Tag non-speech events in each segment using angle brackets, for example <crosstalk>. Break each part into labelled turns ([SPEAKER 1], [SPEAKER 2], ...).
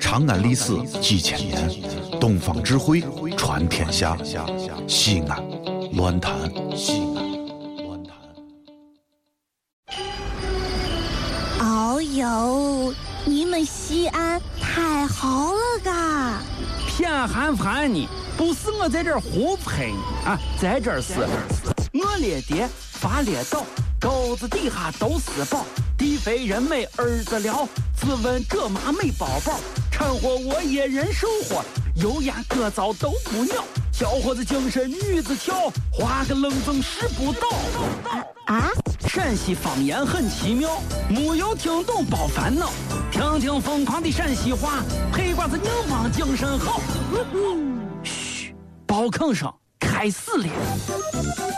[SPEAKER 1] 长安历史几千年，东方智慧传天下。西安，乱谈西安，乱谈。
[SPEAKER 2] 哦呦，你们西安太好了嘎！啊
[SPEAKER 3] 偏寒寒你，不是我在这儿胡喷你啊，在这儿是，我列爹发列倒，沟子底下都是宝，地肥人美儿子了，自问这妈美宝宝，掺和我也人生活，油盐各糟都不尿，小伙子精神女子俏，花个愣风使不倒。
[SPEAKER 2] 啊，
[SPEAKER 3] 陕西方言很奇妙，没有听懂别烦恼，听听疯狂的陕西话，黑瓜子硬邦精神好。嘘，包吭声开始了。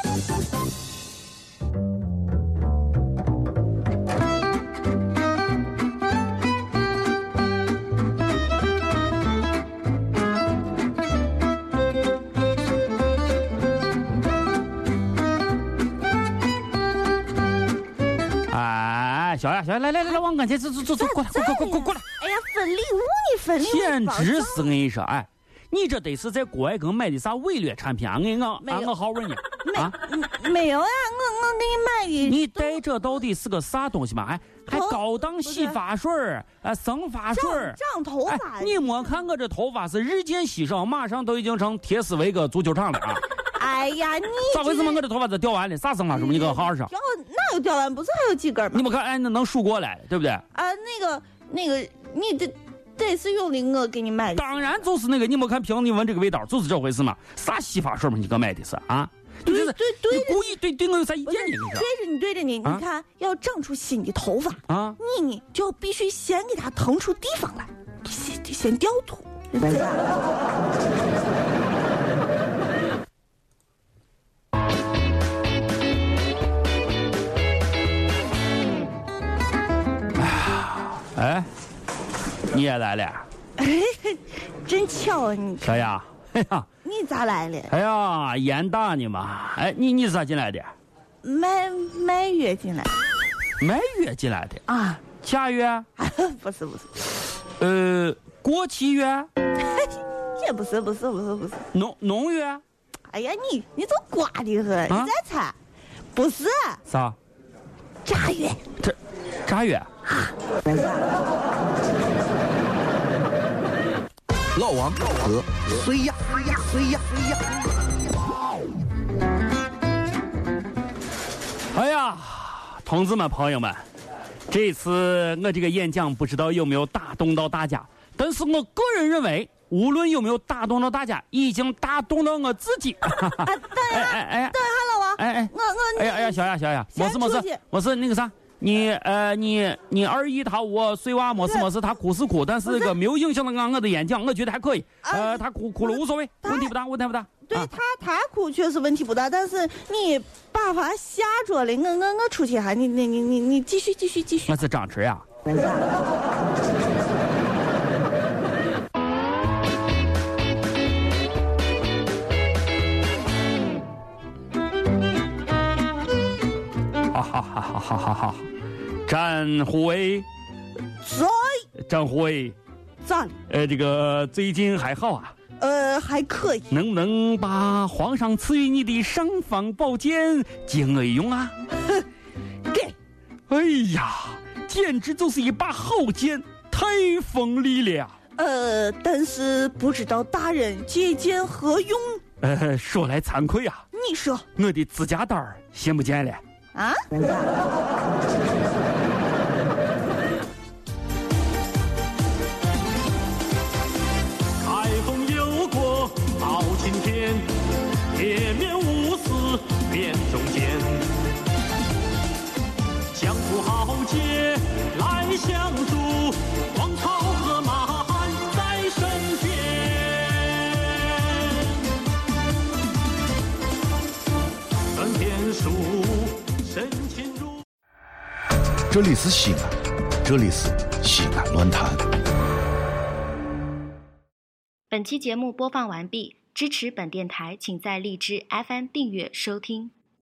[SPEAKER 3] 哎，小雅，小雅，来来来来，往跟前走走走走，过来，过来，过来，过来。
[SPEAKER 2] 哎呀，分礼物你分礼物，
[SPEAKER 3] 简
[SPEAKER 2] 包
[SPEAKER 3] 直
[SPEAKER 2] 装
[SPEAKER 3] 是我跟你说，哎，你这得是在国外跟买的啥伪劣产品啊？我我
[SPEAKER 2] 没有
[SPEAKER 3] 俺我好问你啊，
[SPEAKER 2] 嗯没有呀、我我给你买一
[SPEAKER 3] 你带这到底是个啥东西嘛？哎，还
[SPEAKER 2] 头
[SPEAKER 3] 高档洗发水儿，啊，生发水
[SPEAKER 2] 长
[SPEAKER 3] 儿。
[SPEAKER 2] 长头
[SPEAKER 3] 哎
[SPEAKER 2] 发，，
[SPEAKER 3] 你莫看我这头发是日渐稀少，马上都已经成铁丝围个足球场了啊！
[SPEAKER 2] 哎呀你
[SPEAKER 3] 咋回事嘛？我这头发都掉完了，啥生发什么？你给我好好说。
[SPEAKER 2] 然后哪有掉完？不是还有几根吗
[SPEAKER 3] 你？们看，哎，那能数过来，对不对？
[SPEAKER 2] 啊，那个那个，你得得是用的我给你买的。
[SPEAKER 3] 当然就是那个，你没看瓶子闻这个味道，就是这回事嘛。啥洗发水嘛？你给我买的是啊？
[SPEAKER 2] 对
[SPEAKER 3] 就是
[SPEAKER 2] 对对
[SPEAKER 3] 你故意对对我有啥意
[SPEAKER 2] 不
[SPEAKER 3] 见
[SPEAKER 2] 是
[SPEAKER 3] 呢？你
[SPEAKER 2] 对着你，对着你，
[SPEAKER 3] 啊
[SPEAKER 2] 你看，要长出新的头发，
[SPEAKER 3] 这啊？
[SPEAKER 2] 腻腻就要必须先给它腾出地方来，先先掉土。啊
[SPEAKER 3] 哎，你也来了，
[SPEAKER 2] 真巧啊你！
[SPEAKER 3] 小雅。 <laughs> 哎呀，
[SPEAKER 2] 你咋来了？
[SPEAKER 3] 哎呀，严大你嘛！哎，你你是咋进来的？
[SPEAKER 2] 卖卖月进来
[SPEAKER 3] 满月进来的，
[SPEAKER 2] 啊？
[SPEAKER 3] 下月？
[SPEAKER 2] <laughs> 不是 <laughs> 不是，
[SPEAKER 3] 呃，国旗月？
[SPEAKER 2] 也不是不是不是不是。
[SPEAKER 3] 农农月？
[SPEAKER 2] 哎呀你你就瓜的很，
[SPEAKER 3] 啊
[SPEAKER 2] 你再猜，不是
[SPEAKER 3] 啥？
[SPEAKER 2] 炸月。
[SPEAKER 3] 这啥月？
[SPEAKER 4] 老王和谁呀？谁呀？谁呀？
[SPEAKER 3] 哎呀，同志们、朋友们，这次我这个演讲不知道有没有打动到大家，但是我个人认为，无论有没有打动到大家，已经打动到我自己。 <laughs>
[SPEAKER 2] 啊，等一
[SPEAKER 3] 哎
[SPEAKER 2] 下，
[SPEAKER 3] 哎哎
[SPEAKER 2] 等一下老王，
[SPEAKER 3] 哎哎！
[SPEAKER 2] 啊我我
[SPEAKER 3] 哎呀哎呀，小雅小雅，没
[SPEAKER 2] 先
[SPEAKER 3] 事没
[SPEAKER 2] 出去
[SPEAKER 3] 事，没事那个啥，你呃你你二姨她我碎娃没事
[SPEAKER 2] 对
[SPEAKER 3] 没事，她哭是哭，但是
[SPEAKER 2] 不
[SPEAKER 3] 那
[SPEAKER 2] 是
[SPEAKER 3] 个没有影响到俺我的演讲，我觉得还可以。
[SPEAKER 2] 啊
[SPEAKER 3] 呃，她哭哭了无所谓，
[SPEAKER 2] 她
[SPEAKER 3] 问题不大，问题不大。
[SPEAKER 2] 对
[SPEAKER 3] 啊
[SPEAKER 2] 他，他哭确实问题不大，但是你把娃吓着了，我我我出去哈，你你你你你继续继续继续
[SPEAKER 3] 我。是啊张弛呀。哈哈哈哈哈哈！哈！展辉，
[SPEAKER 2] 在
[SPEAKER 3] 展辉，
[SPEAKER 2] 咋了？
[SPEAKER 3] 呃，这个最近还好啊？
[SPEAKER 2] 呃，还可以。
[SPEAKER 3] 能不能把皇上赐予你的尚方宝剑借我一用啊？
[SPEAKER 2] 给
[SPEAKER 3] 哎呀，简直就是一把好剑，太锋利了呀！
[SPEAKER 2] 呃，但是不知道大人借剑何用？
[SPEAKER 3] 呃，说来惭愧啊，
[SPEAKER 2] 你说
[SPEAKER 3] 我的指甲刀儿寻不见了。
[SPEAKER 2] 啊？
[SPEAKER 5] 开封有国包青天，铁面无私辨忠奸。江湖豪杰来相助，王朝和马汉在身边。翻天书，神擒入。
[SPEAKER 1] 这里是西安，这里是西安乱谈。
[SPEAKER 6] 本期节目播放完毕，支持本电台，请在荔枝 FM 订阅收听。